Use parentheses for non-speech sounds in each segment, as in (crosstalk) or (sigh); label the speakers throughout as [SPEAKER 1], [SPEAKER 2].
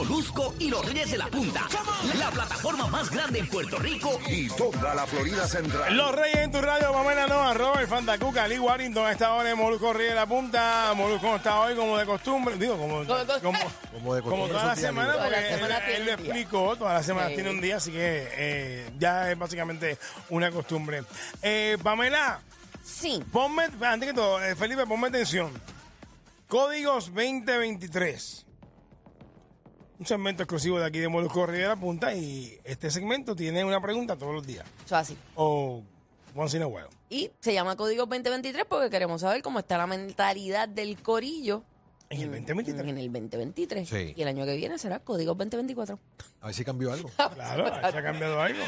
[SPEAKER 1] Molusco y los Reyes de la Punta. La plataforma más grande en Puerto Rico
[SPEAKER 2] y toda la Florida Central.
[SPEAKER 3] Los Reyes en tu radio, Pamela Noa, Robert Fantacuca, Lee Warrington, a esta hora en Molusco Ríe de la Punta. Molusco está hoy como de costumbre, digo, como,
[SPEAKER 4] Como
[SPEAKER 3] como,
[SPEAKER 4] de costumbre.
[SPEAKER 3] como,
[SPEAKER 5] de costumbre,
[SPEAKER 3] toda la
[SPEAKER 5] es un día
[SPEAKER 3] semana, porque
[SPEAKER 4] libre. Toda la semana
[SPEAKER 3] él- él,
[SPEAKER 4] tiene
[SPEAKER 3] lo
[SPEAKER 4] un día.
[SPEAKER 3] explicó, toda la semana
[SPEAKER 4] Sí.
[SPEAKER 3] tiene un día, así que eh, ya es básicamente una costumbre. Eh, Pamela,
[SPEAKER 4] Sí.
[SPEAKER 3] ponme, antes que todo, eh, Felipe, ponme atención. Códigos 2023. Un segmento exclusivo de aquí de Molusco Ríe de la Punta y este segmento tiene una pregunta todos los días.
[SPEAKER 4] Eso así.
[SPEAKER 3] O once in a while.
[SPEAKER 4] Y se llama Código 2023 porque queremos saber cómo está la mentalidad del corillo
[SPEAKER 3] En el
[SPEAKER 4] Mm, en
[SPEAKER 3] 2023.
[SPEAKER 4] el 2023.
[SPEAKER 5] Sí.
[SPEAKER 4] Y el año que viene será Código 2024.
[SPEAKER 5] A ver si cambió algo.
[SPEAKER 3] Claro, se ha cambiado algo.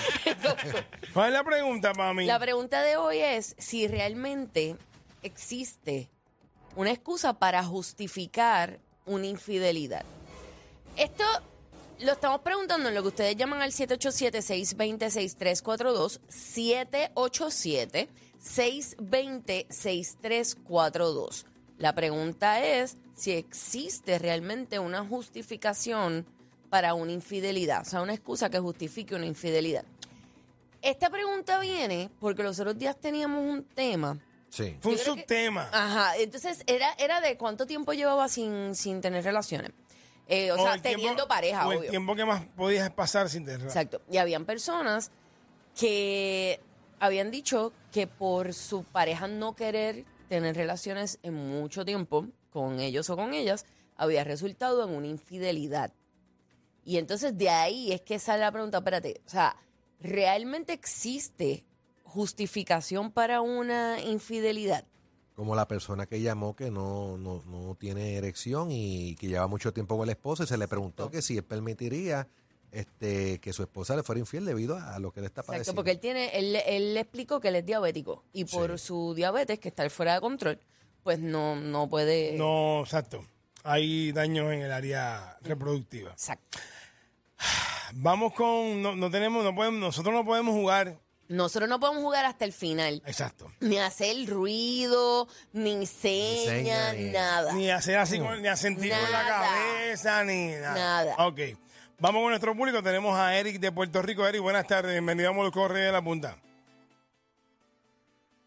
[SPEAKER 3] ¿Cuál es la pregunta, mami?
[SPEAKER 4] La pregunta de hoy es si realmente existe una excusa para justificar una infidelidad. Esto lo estamos preguntando en lo que ustedes llaman al 787-620-6342, 787-620-6342. La pregunta es si existe realmente una justificación para una infidelidad, o sea, una excusa que justifique una infidelidad. Esta pregunta viene porque los otros días teníamos un tema.
[SPEAKER 5] Sí.
[SPEAKER 3] Fue un
[SPEAKER 4] yo creo que- Ah,
[SPEAKER 3] subtema.
[SPEAKER 4] Ajá, entonces era, era de cuánto tiempo llevaba sin, sin tener relaciones. Eh, o, sea,
[SPEAKER 3] el tiempo-
[SPEAKER 4] teniendo pareja,
[SPEAKER 3] o
[SPEAKER 4] obvio.
[SPEAKER 3] el tiempo que más podías pasar sin tener.
[SPEAKER 4] Exacto. Y habían personas que habían dicho que por su pareja no querer tener relaciones en mucho tiempo con ellos o con ellas, había resultado en una infidelidad. Y entonces de ahí es que sale la pregunta, espérate, o sea, ¿realmente existe justificación para una infidelidad?
[SPEAKER 5] Como la persona que llamó que no, no, no tiene erección y que lleva mucho tiempo con la esposa y se le preguntó que si él permitiría este, que su esposa le fuera infiel debido a lo que le está
[SPEAKER 4] Exacto,
[SPEAKER 5] padeciendo.
[SPEAKER 4] porque él tiene, él, él le explicó que él es diabético y por su diabetes, que está fuera de control, pues no, no puede...
[SPEAKER 3] No, exacto. Hay daños en el área reproductiva.
[SPEAKER 4] Exacto.
[SPEAKER 3] Vamos con. No, no tenemos, no podemos, nosotros no podemos jugar.
[SPEAKER 4] Nosotros no podemos jugar hasta el final.
[SPEAKER 3] Exacto.
[SPEAKER 4] Ni hacer ruido, ni seña,
[SPEAKER 5] seña, ni-
[SPEAKER 4] nada.
[SPEAKER 3] Ni hacer así, con- ni asentir con la
[SPEAKER 4] Nada.
[SPEAKER 3] cabeza, ni nada.
[SPEAKER 4] Nada.
[SPEAKER 3] Ok. Vamos con nuestro público. Tenemos a Eric de Puerto Rico. Eric, buenas tardes. Bienvenido a Molusco Reyes de la Punta.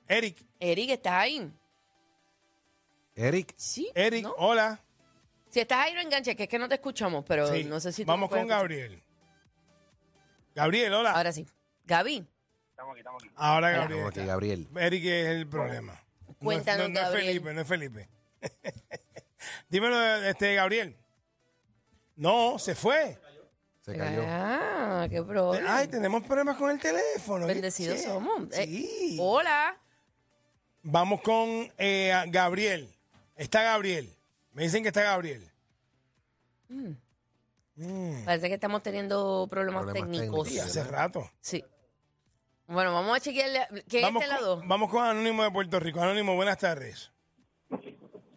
[SPEAKER 3] Eric,
[SPEAKER 4] Eric, ¿estás ahí?
[SPEAKER 5] Eric,
[SPEAKER 4] Sí.
[SPEAKER 3] Eric, oh.
[SPEAKER 4] ¿no?
[SPEAKER 3] hola.
[SPEAKER 4] Si estás ahí, no enganches, que es que no te escuchamos, pero
[SPEAKER 3] Sí.
[SPEAKER 4] Uh, no sé si tú
[SPEAKER 3] Vamos
[SPEAKER 4] nos puedes
[SPEAKER 3] con
[SPEAKER 4] escuchar.
[SPEAKER 3] Gabriel. Gabriel, hola. Ahora,
[SPEAKER 4] Ahora sí. Gaby,
[SPEAKER 3] Gabriel.
[SPEAKER 5] Ok, Gabriel.
[SPEAKER 3] Eric es el problema. No es-
[SPEAKER 4] Cuéntanos,
[SPEAKER 3] no, no es
[SPEAKER 4] Gabriel.
[SPEAKER 3] Felipe, no es Felipe. (laughs) Dímelo, este, Gabriel. No, se fue.
[SPEAKER 5] se cayó.
[SPEAKER 4] Ah, qué problema.
[SPEAKER 3] Ay, tenemos problemas con el teléfono.
[SPEAKER 4] Bendecidos
[SPEAKER 3] Che,
[SPEAKER 4] somos. Eh,
[SPEAKER 3] Sí.
[SPEAKER 4] hola.
[SPEAKER 3] Vamos con eh, a Gabriel. Está Gabriel. Me dicen que está Gabriel.
[SPEAKER 4] Parece que estamos teniendo problemas,
[SPEAKER 5] Problemas
[SPEAKER 4] técnicos.
[SPEAKER 3] Sí,
[SPEAKER 5] técnicos.
[SPEAKER 3] hace rato.
[SPEAKER 4] Sí. Bueno, vamos a chequearle. ¿Qué es
[SPEAKER 3] Vamos
[SPEAKER 4] este lado?
[SPEAKER 3] con, vamos con Anónimo de Puerto Rico. Anónimo, buenas tardes.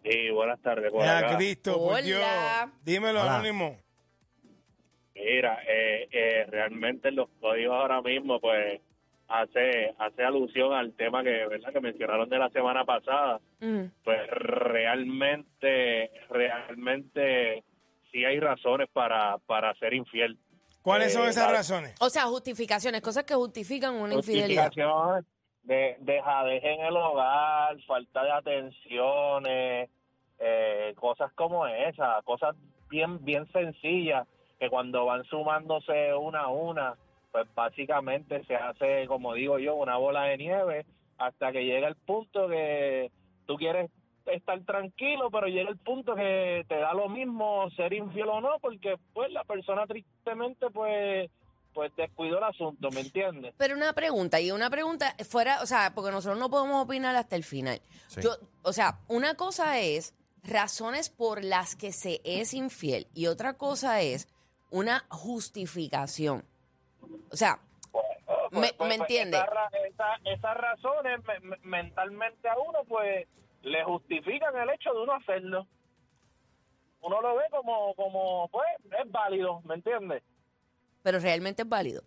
[SPEAKER 6] Sí, buenas tardes. por
[SPEAKER 3] Ah,
[SPEAKER 6] acá.
[SPEAKER 3] Cristo, por
[SPEAKER 4] Hola.
[SPEAKER 3] Dios. Dímelo,
[SPEAKER 5] Hola.
[SPEAKER 3] Anónimo.
[SPEAKER 6] Mira, eh, eh, realmente los códigos ahora mismo, pues, hace, hace alusión al tema que, ¿verdad? que mencionaron de la semana pasada.
[SPEAKER 4] Mm.
[SPEAKER 6] Pues realmente, realmente sí hay razones para, para ser infiel.
[SPEAKER 3] ¿Cuáles
[SPEAKER 6] Eh,
[SPEAKER 3] son esas
[SPEAKER 6] Gab-
[SPEAKER 3] razones?
[SPEAKER 4] O sea, justificaciones, cosas que justifican una infidelidad.
[SPEAKER 6] Justificaciones De, dejadez en el hogar, falta de atenciones, eh, cosas como esas, cosas bien, bien sencillas que cuando van sumándose una a una, pues básicamente se hace, como digo yo, una bola de nieve hasta que llega el punto que tú quieres estar tranquilo, pero llega el punto que te da lo mismo ser infiel o no, porque pues la persona tristemente pues pues descuidó el asunto, ¿me entiendes?
[SPEAKER 4] Pero una pregunta, y una pregunta fuera, o sea, porque nosotros no podemos opinar hasta el final.
[SPEAKER 5] Sí.
[SPEAKER 4] Yo, o sea, una cosa es razones por las que se es infiel y otra cosa es una justificación. O sea, ¿me,
[SPEAKER 6] Pues, pues,
[SPEAKER 4] me entiende?
[SPEAKER 6] esa ra- esa- esas razones me- me- mentalmente a uno, pues, le justifican el hecho de uno hacerlo. Uno lo ve como, como pues, es válido, ¿me entiendes?
[SPEAKER 4] Pero realmente es válido.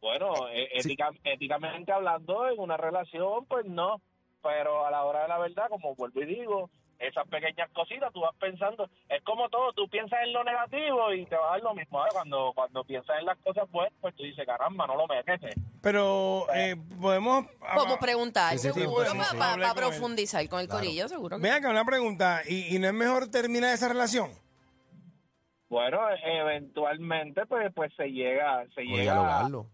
[SPEAKER 6] Bueno, eh,
[SPEAKER 5] Sí.
[SPEAKER 6] ética- éticamente hablando, en una relación, pues no. Pero a la hora de la verdad, como vuelvo y digo, esas pequeñas cositas, tú vas pensando, es como todo, tú piensas en lo negativo y te va a dar lo mismo. Ahora, Cuando, cuando piensas en las cosas buenas, pues tú dices, caramba, no lo mereces.
[SPEAKER 3] Pero eh, podemos... ah,
[SPEAKER 4] Podemos preguntar,
[SPEAKER 5] Sí, sí, sí,
[SPEAKER 4] seguro,
[SPEAKER 5] podemos, sí.
[SPEAKER 4] para,
[SPEAKER 3] Hablé con él.
[SPEAKER 4] profundizar con el
[SPEAKER 5] Claro.
[SPEAKER 4] corillo, seguro. que-
[SPEAKER 3] Vean que una pregunta, ¿y, y no es mejor terminar esa relación?
[SPEAKER 6] Bueno, eventualmente, pues, pues se llega, se
[SPEAKER 5] Como
[SPEAKER 6] llega.
[SPEAKER 5] dialogarlo.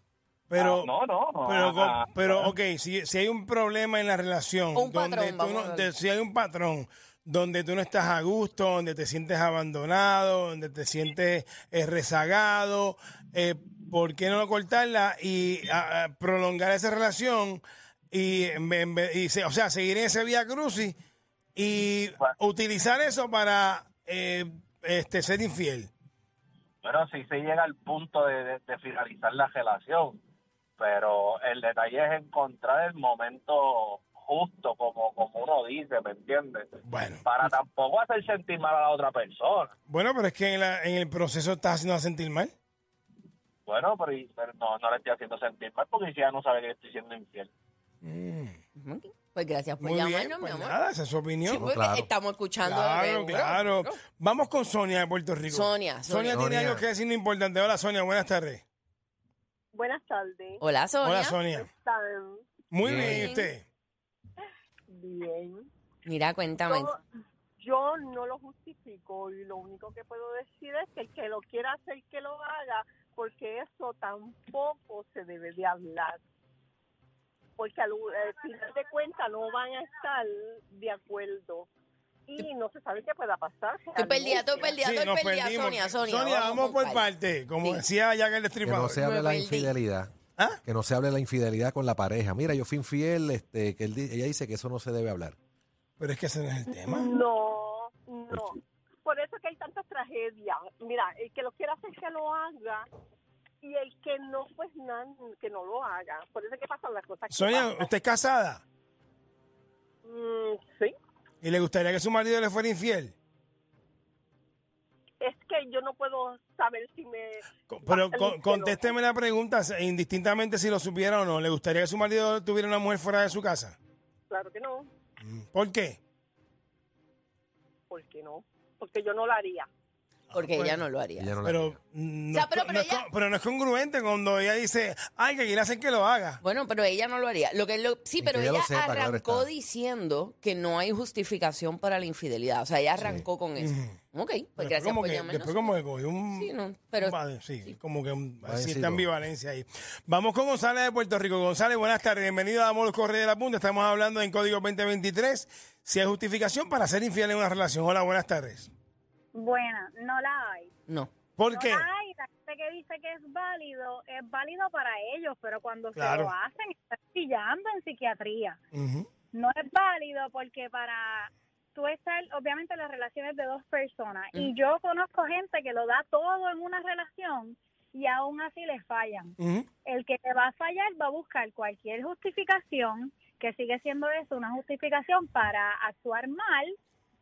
[SPEAKER 3] Pero,
[SPEAKER 6] Ah, no, no,
[SPEAKER 3] Pero, co-
[SPEAKER 6] ah,
[SPEAKER 3] pero
[SPEAKER 6] ah.
[SPEAKER 3] ok, si, si hay un problema en la relación,
[SPEAKER 4] Un
[SPEAKER 3] donde
[SPEAKER 4] patrón,
[SPEAKER 3] tú
[SPEAKER 4] vamos
[SPEAKER 3] no-
[SPEAKER 4] a
[SPEAKER 3] de-
[SPEAKER 4] ver.
[SPEAKER 3] si hay un patrón donde tú no estás a gusto, donde te sientes abandonado, donde te sientes eh, rezagado, eh, ¿por qué no cortarla y ah, ah, prolongar esa relación? Y, en vez- en vez- y se- o sea, seguir en ese vía crucis y utilizar eso para eh, este, ser infiel.
[SPEAKER 6] Bueno, sí se llega al punto de, de- de finalizar la relación, pero el detalle es encontrar el momento justo, como, como uno dice, ¿me entiendes?
[SPEAKER 3] Bueno.
[SPEAKER 6] Para tampoco hacer sentir mal a la otra persona.
[SPEAKER 3] Bueno, pero es que en, la- en el proceso estás haciendo sentir mal.
[SPEAKER 6] Bueno, pero, y- pero no, no le estoy haciendo sentir mal porque si ya no sabe que yo estoy siendo infiel.
[SPEAKER 4] Ok. Pues gracias por
[SPEAKER 3] Muy bien,
[SPEAKER 4] llamarnos,
[SPEAKER 3] pues
[SPEAKER 4] mi amor.
[SPEAKER 3] nada, esa es su
[SPEAKER 4] Sí, pues,
[SPEAKER 3] opinión.
[SPEAKER 4] porque
[SPEAKER 5] claro.
[SPEAKER 4] estamos escuchando.
[SPEAKER 3] Claro,
[SPEAKER 4] de-
[SPEAKER 3] claro. Vamos con Sonia de Puerto Rico. Sonia,
[SPEAKER 4] Sonia, Sonia.
[SPEAKER 3] tiene
[SPEAKER 5] Sonia.
[SPEAKER 3] algo que decir importante. Hola, Sonia, buenas tardes.
[SPEAKER 7] Buenas tardes.
[SPEAKER 4] Hola, Sonia.
[SPEAKER 3] Hola, Sonia.
[SPEAKER 7] ¿Están
[SPEAKER 3] Muy
[SPEAKER 5] Bien.
[SPEAKER 3] bien, ¿y usted?
[SPEAKER 7] bien?
[SPEAKER 4] Mira, cuéntame.
[SPEAKER 7] Yo, yo no lo justifico y lo único que puedo decir es que el que lo quiera hacer, que lo haga, porque eso tampoco se debe de hablar. Porque al, al final de cuentas no van a estar de acuerdo y no se sabe qué pueda pasar.
[SPEAKER 4] Estoy perdida, estoy
[SPEAKER 7] realmente.
[SPEAKER 4] perdida, estoy perdida, Sonia, Sonia.
[SPEAKER 3] vamos por
[SPEAKER 4] partes.
[SPEAKER 3] parte. Como
[SPEAKER 4] Sí.
[SPEAKER 3] decía Jack el
[SPEAKER 5] Que no
[SPEAKER 3] Destripador.
[SPEAKER 5] se hable
[SPEAKER 4] Me
[SPEAKER 5] la
[SPEAKER 4] perdí.
[SPEAKER 5] infidelidad.
[SPEAKER 3] ¿Ah?
[SPEAKER 5] Que no se hable la infidelidad con la pareja. Mira, yo fui infiel, este, que él di- ella dice que eso no se debe hablar.
[SPEAKER 3] Pero es que ese no es el tema.
[SPEAKER 7] No,
[SPEAKER 3] Pues
[SPEAKER 7] no. Por eso es que hay tantas tragedias. Mira, el que lo quiera hacer, que lo haga. Y el que no, pues nada, que no lo haga. Por eso es que pasan las cosas. que
[SPEAKER 3] Sonia,
[SPEAKER 7] pasan.
[SPEAKER 3] usted es casada
[SPEAKER 7] Mm, sí.
[SPEAKER 3] y le gustaría que su marido le fuera infiel.
[SPEAKER 7] Es que yo no puedo saber si me...
[SPEAKER 3] Co- Pero
[SPEAKER 7] Bastante
[SPEAKER 3] co- contésteme la pregunta, se- indistintamente si lo supiera o no. ¿Le gustaría que su marido tuviera una mujer fuera de su casa?
[SPEAKER 7] Claro que no.
[SPEAKER 3] ¿Por qué?
[SPEAKER 7] ¿Por qué no? Porque yo no lo haría.
[SPEAKER 4] Porque
[SPEAKER 3] Ah, Bueno.
[SPEAKER 4] ella no lo haría.
[SPEAKER 5] Ella no la
[SPEAKER 3] Pero
[SPEAKER 5] niega.
[SPEAKER 3] no,
[SPEAKER 4] O sea, pero-
[SPEAKER 3] no
[SPEAKER 4] pero
[SPEAKER 3] es,
[SPEAKER 4] ella-
[SPEAKER 3] co- pero no es congruente cuando ella dice, ay, que quiere hacer que lo haga.
[SPEAKER 4] Bueno, pero ella no lo haría. Lo que lo- sí,
[SPEAKER 5] Y
[SPEAKER 4] pero
[SPEAKER 5] que ella
[SPEAKER 4] ella,
[SPEAKER 5] lo sepa, claro
[SPEAKER 4] arrancó
[SPEAKER 5] está.
[SPEAKER 4] diciendo que no hay justificación para la infidelidad. O sea, ella arrancó con eso. Ok, pues
[SPEAKER 3] Después
[SPEAKER 4] gracias
[SPEAKER 3] como
[SPEAKER 4] por
[SPEAKER 3] que-
[SPEAKER 4] llamarnos.
[SPEAKER 3] Después como que cogió un...
[SPEAKER 4] Sí, no, pero-
[SPEAKER 3] un vale, sí, como que un-
[SPEAKER 5] Vale,
[SPEAKER 3] sí
[SPEAKER 5] sí,
[SPEAKER 3] está
[SPEAKER 5] no.
[SPEAKER 3] ambivalencia ahí. Vamos con González de Puerto Rico. González, buenas tardes. Bienvenido a Damos los Correos de la Punta. Estamos hablando en Código 2023. Si hay justificación para ser infiel en una relación. Hola, buenas tardes.
[SPEAKER 8] Buena, no la hay.
[SPEAKER 4] No.
[SPEAKER 3] ¿Por
[SPEAKER 8] No
[SPEAKER 3] qué?
[SPEAKER 8] la hay. La gente que dice que es válido, es válido para ellos, pero cuando
[SPEAKER 3] Claro.
[SPEAKER 8] se lo hacen, están pillando en psiquiatría.
[SPEAKER 3] Ujú.
[SPEAKER 8] No es válido porque para tú estar, obviamente, las relaciones de dos personas, y yo conozco gente que lo da todo en una relación y aún así les fallan.
[SPEAKER 3] Ujú.
[SPEAKER 8] El que te va a fallar va a buscar cualquier justificación, que sigue siendo eso, una justificación para actuar mal.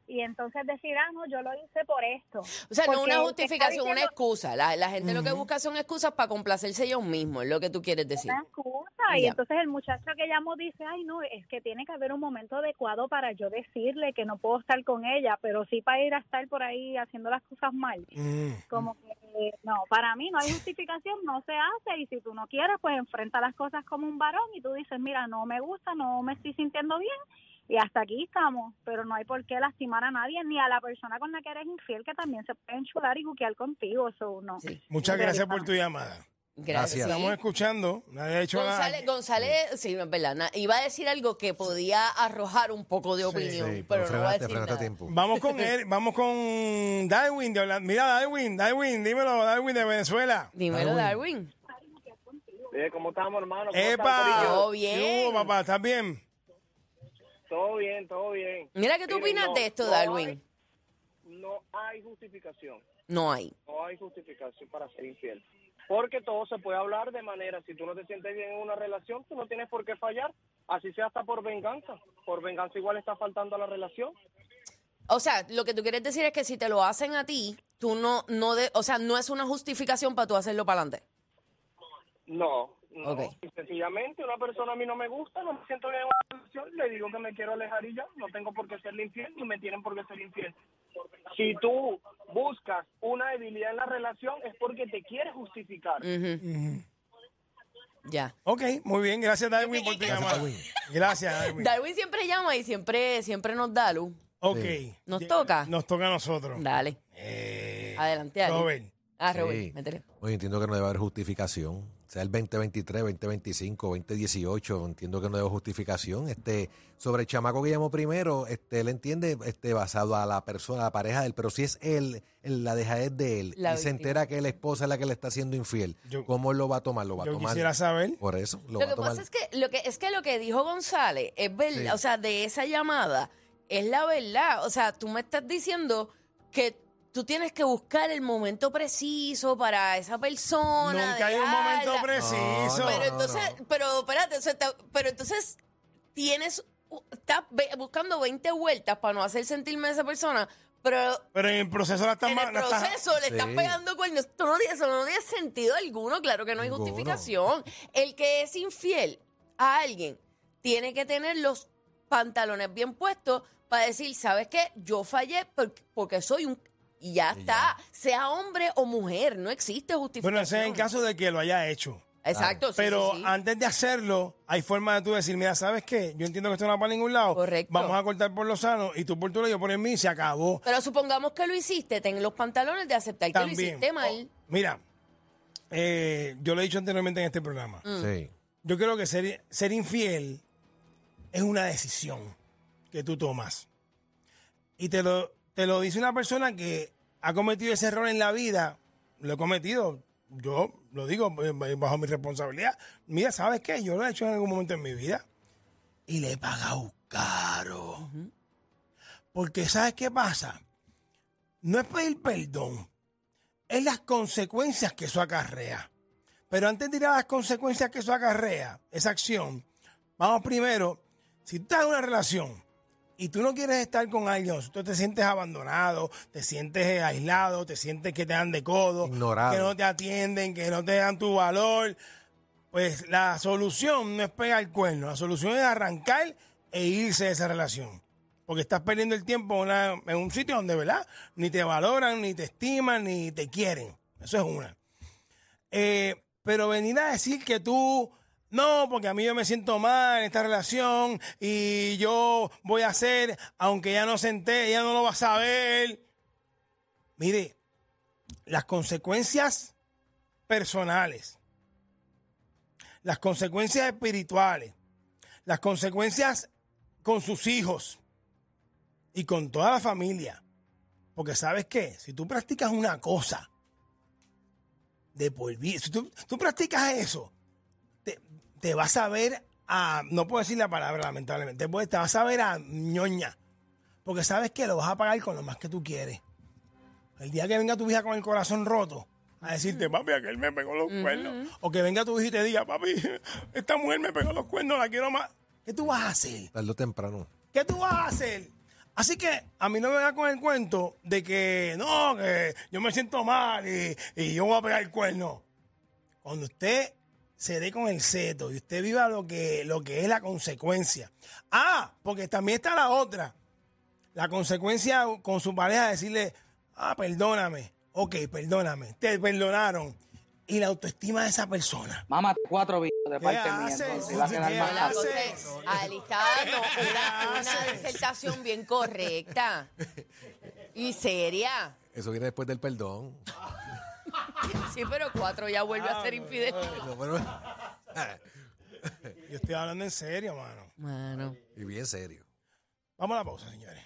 [SPEAKER 8] Y entonces decir, ah, no, yo lo hice por esto.
[SPEAKER 4] O sea, no
[SPEAKER 8] Porque
[SPEAKER 4] una
[SPEAKER 8] te está
[SPEAKER 4] justificación, una
[SPEAKER 8] diciendo-
[SPEAKER 4] excusa. La, la gente lo que busca son excusas para complacerse ellos mismos, es lo que tú quieres decir.
[SPEAKER 8] una excusa. Y
[SPEAKER 4] Ya.
[SPEAKER 8] entonces el muchacho que llamó dice, ay, no, es que tiene que haber un momento adecuado para yo decirle que no puedo estar con ella, pero sí para ir a estar por ahí haciendo las cosas mal.
[SPEAKER 4] Mm.
[SPEAKER 3] Ujú.
[SPEAKER 8] Como que, no, para mí no hay justificación, no se hace y si tú no quieres, pues enfrenta las cosas como un varón y tú dices, mira, no me gusta, no me estoy sintiendo bien y hasta aquí estamos, pero no hay por qué lastimar a nadie ni a la persona con la que eres infiel que también se puede enchular y buquear contigo, eso no.
[SPEAKER 4] Sí.
[SPEAKER 3] Muchas gracias por
[SPEAKER 8] Realizado.
[SPEAKER 3] tu llamada.
[SPEAKER 4] Gracias.
[SPEAKER 5] Gracias.
[SPEAKER 4] Sí.
[SPEAKER 3] Estamos escuchando. Nadie ha hecho
[SPEAKER 4] González,
[SPEAKER 3] nada.
[SPEAKER 4] González, sí, es verdad. na- Iba a decir algo que podía arrojar un poco de
[SPEAKER 5] Sí,
[SPEAKER 4] opinión,
[SPEAKER 5] pero,
[SPEAKER 4] pero, no va a
[SPEAKER 5] frenaste,
[SPEAKER 4] decir nada.
[SPEAKER 5] frenaste a tiempo.
[SPEAKER 3] Vamos
[SPEAKER 5] (laughs)
[SPEAKER 3] con él, vamos con Darwin de Holanda. Mira, Darwin, Darwin, dímelo, Darwin de Venezuela.
[SPEAKER 4] Dímelo, Darwin.
[SPEAKER 6] Eh, ¿Cómo estamos, hermano?
[SPEAKER 3] ¡Epa!
[SPEAKER 4] Todo
[SPEAKER 3] ¿Qué hubo,
[SPEAKER 4] bien.
[SPEAKER 3] papá? ¿Estás bien?
[SPEAKER 6] Todo bien, todo bien.
[SPEAKER 4] Mira, ¿qué tú
[SPEAKER 6] Miren,
[SPEAKER 4] opinas
[SPEAKER 6] no,
[SPEAKER 4] de esto,
[SPEAKER 6] no
[SPEAKER 4] Darwin?
[SPEAKER 6] No hay justificación.
[SPEAKER 4] No hay.
[SPEAKER 6] No hay justificación para ser infiel. Porque todo se puede hablar de manera, si tú no te sientes bien en una relación, tú no tienes por qué fallar. Así sea hasta por venganza. Por venganza igual está faltando a la relación.
[SPEAKER 4] O sea, lo que tú quieres decir es que si te lo hacen a ti, tú no, no de, o sea, no es una justificación para tú hacerlo para adelante.
[SPEAKER 6] No,
[SPEAKER 9] No,
[SPEAKER 4] Ok.
[SPEAKER 9] y sencillamente una persona a mí no me gusta, no me siento bien en una relación, le digo que me quiero alejar y ya, no tengo por qué ser infiel, ni me tienen por qué ser infiel. Si tú buscas una debilidad en la relación es porque te quieres justificar.
[SPEAKER 4] Ujú,
[SPEAKER 3] Ujú.
[SPEAKER 4] Ya.
[SPEAKER 3] Ok, muy bien. Gracias, Darwin, por tu
[SPEAKER 5] Gracias,
[SPEAKER 3] llamada.
[SPEAKER 5] Darwin.
[SPEAKER 3] Gracias, Darwin.
[SPEAKER 4] Darwin siempre llama y siempre, siempre nos da luz.
[SPEAKER 3] Ok.
[SPEAKER 5] Sí.
[SPEAKER 4] ¿Nos toca?
[SPEAKER 3] Nos toca a nosotros.
[SPEAKER 4] Dale.
[SPEAKER 3] Eh,
[SPEAKER 4] Adelante, Ale.
[SPEAKER 3] Robert.
[SPEAKER 4] Ah,
[SPEAKER 5] Sí.
[SPEAKER 4] Robert, métele.
[SPEAKER 5] Oye, entiendo que no debe haber justificación. Sea el 2023, 2025, 2018, entiendo que no debe haber justificación. Este, sobre el chamaco que llamó primero, este, él entiende este, basado a la persona, a la pareja de él, pero si es él, él- la dejadez de él,
[SPEAKER 4] La
[SPEAKER 5] y
[SPEAKER 4] víctima.
[SPEAKER 5] se entera que la esposa es la que le está haciendo infiel,
[SPEAKER 3] Yo-
[SPEAKER 5] ¿cómo él lo va a tomar? Lo va a
[SPEAKER 3] Yo
[SPEAKER 5] tomar.
[SPEAKER 3] quisiera saber.
[SPEAKER 5] Por eso, lo,
[SPEAKER 4] Lo,
[SPEAKER 5] va a
[SPEAKER 4] que
[SPEAKER 5] tomar.
[SPEAKER 4] pasa es que lo que es que lo que dijo González es verdad,
[SPEAKER 5] Sí.
[SPEAKER 4] o sea, de esa llamada es la verdad, o sea, tú me estás diciendo que tú tienes que buscar el momento preciso para esa persona.
[SPEAKER 3] Nunca hay un momento
[SPEAKER 4] dejarla.
[SPEAKER 3] preciso.
[SPEAKER 4] Pero
[SPEAKER 5] No,
[SPEAKER 4] entonces,
[SPEAKER 5] no.
[SPEAKER 4] pero espérate, o sea, está- pero entonces tienes estás ve- buscando 20 vueltas para no hacer sentirme a esa persona, pero
[SPEAKER 3] Pero en el proceso la estás
[SPEAKER 4] en el
[SPEAKER 3] ma- la estás-
[SPEAKER 4] proceso le estás
[SPEAKER 5] Sí.
[SPEAKER 4] pegando cuernos. Esto no tiene, eso no tiene sentido alguno. Claro que no hay
[SPEAKER 5] Ninguno.
[SPEAKER 4] justificación. El que es infiel a alguien tiene que tener los pantalones bien puestos para decir, ¿sabes qué? Yo fallé por- porque soy un... Y ya
[SPEAKER 5] Y
[SPEAKER 4] está. Sea homhombre o mujer, no existe justificación.
[SPEAKER 3] Bueno, ese es en caso de que lo haya hecho.
[SPEAKER 4] Exacto, sí,
[SPEAKER 3] Pero
[SPEAKER 4] sí, sí.
[SPEAKER 3] antes de hacerlo, hay forma de tú decir, mira, ¿sabes qué? Yo entiendo que esto no va para ningún lado.
[SPEAKER 4] Correcto.
[SPEAKER 3] Vamos a cortar por lo sano y tú por tu lado, yo por el mío y se acabó.
[SPEAKER 4] Pero supongamos que lo hiciste, ten los pantalones de aceptar que lo
[SPEAKER 3] También.
[SPEAKER 4] hiciste mal.
[SPEAKER 3] Oh, mira, eh, yo lo he dicho anteriormente en este programa.
[SPEAKER 5] Sí.
[SPEAKER 3] Yo creo que ser, ser infiel es una decisión que tú tomas. Y te lo, te lo dice una persona que ha cometido ese error en la vida. Lo he cometido. Yo lo digo eh, bajo mi responsabilidad. Mira, ¿sabes qué? Yo lo he hecho en algún momento en mi vida. Y le he pagado caro. Porque ¿sabes qué pasa? No es pedir perdón. Es las consecuencias que eso acarrea. Pero antes de ir a las consecuencias que eso acarrea, esa acción, vamos primero, si tú estás en una relación y tú no quieres estar con alguien, si tú te sientes abandonado, te sientes eh, aislado, te sientes que te dan de codo,
[SPEAKER 5] Ignorado.
[SPEAKER 3] que no te atienden, que no te dan tu valor, pues la solución no es pegar el cuerno, la solución es arrancar e irse de esa relación. Porque estás perdiendo el tiempo en, una- en un sitio donde, ¿verdad? Ni te valoran, ni te estiman, ni te quieren. Eso es una. Eh, pero venir a decir que tú, no, porque a mí yo me siento mal en esta relación y yo voy a hacer, aunque ya no se entere, ella no lo va a saber. Mire, las consecuencias personales, las consecuencias espirituales, las consecuencias con sus hijos y con toda la familia. Porque sabes qué, si tú practicas una cosa, de por vida. Si tú, tú practicas eso, te, te vas a ver a. No puedo decir la palabra, lamentablemente. pues, Te vas a ver a ñoña. Porque sabes que lo vas a pagar con lo más que tú quieres. El día que venga tu hija con el corazón roto a decirte, papi, aquel me pegó los cuernos. O que venga tu hija y te diga, papi, esta mujer me pegó los cuernos, la quiero más. ¿Qué tú vas a hacer?
[SPEAKER 5] Tarde o temprano.
[SPEAKER 3] ¿Qué tú vas a hacer? Así que a mí no me da con el cuento de que no, que yo me siento mal y, y yo voy a pegar el cuerno. Cuando usted se dé con el seto y usted viva lo que, lo que es la consecuencia. Ah, porque también está la otra. La consecuencia con su pareja decirle, ah, perdóname. Ok, perdóname. Te perdonaron. Y la autoestima de esa persona.
[SPEAKER 10] Mamá, cuatro videos de
[SPEAKER 3] ¿Qué
[SPEAKER 10] parte mía.
[SPEAKER 3] haces?
[SPEAKER 10] Entonces, vas a quedar
[SPEAKER 3] ¿Qué
[SPEAKER 10] mal.
[SPEAKER 4] La
[SPEAKER 3] haces?
[SPEAKER 4] cosa es alistarnos una, una disertación bien correcta y seria.
[SPEAKER 5] Eso viene después del perdón. (laughs)
[SPEAKER 4] Sí, pero cuatro ya vuelve a
[SPEAKER 3] Ah,
[SPEAKER 4] ser infidel.
[SPEAKER 5] Lo bueno-
[SPEAKER 3] Yo estoy hablando en serio, mano.
[SPEAKER 4] Mano.
[SPEAKER 5] y bien serio.
[SPEAKER 3] Vamos a la pausa, señores.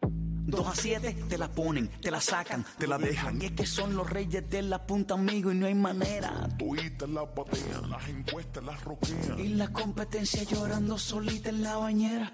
[SPEAKER 1] 2 a 7 te la ponen, te la sacan, te la dejan. Y es que son los reyes de la punta, amigo, y no hay manera.
[SPEAKER 2] Tuitas las batean, las encuestas las roquean.
[SPEAKER 1] Y la competencia llorando solita en la bañera.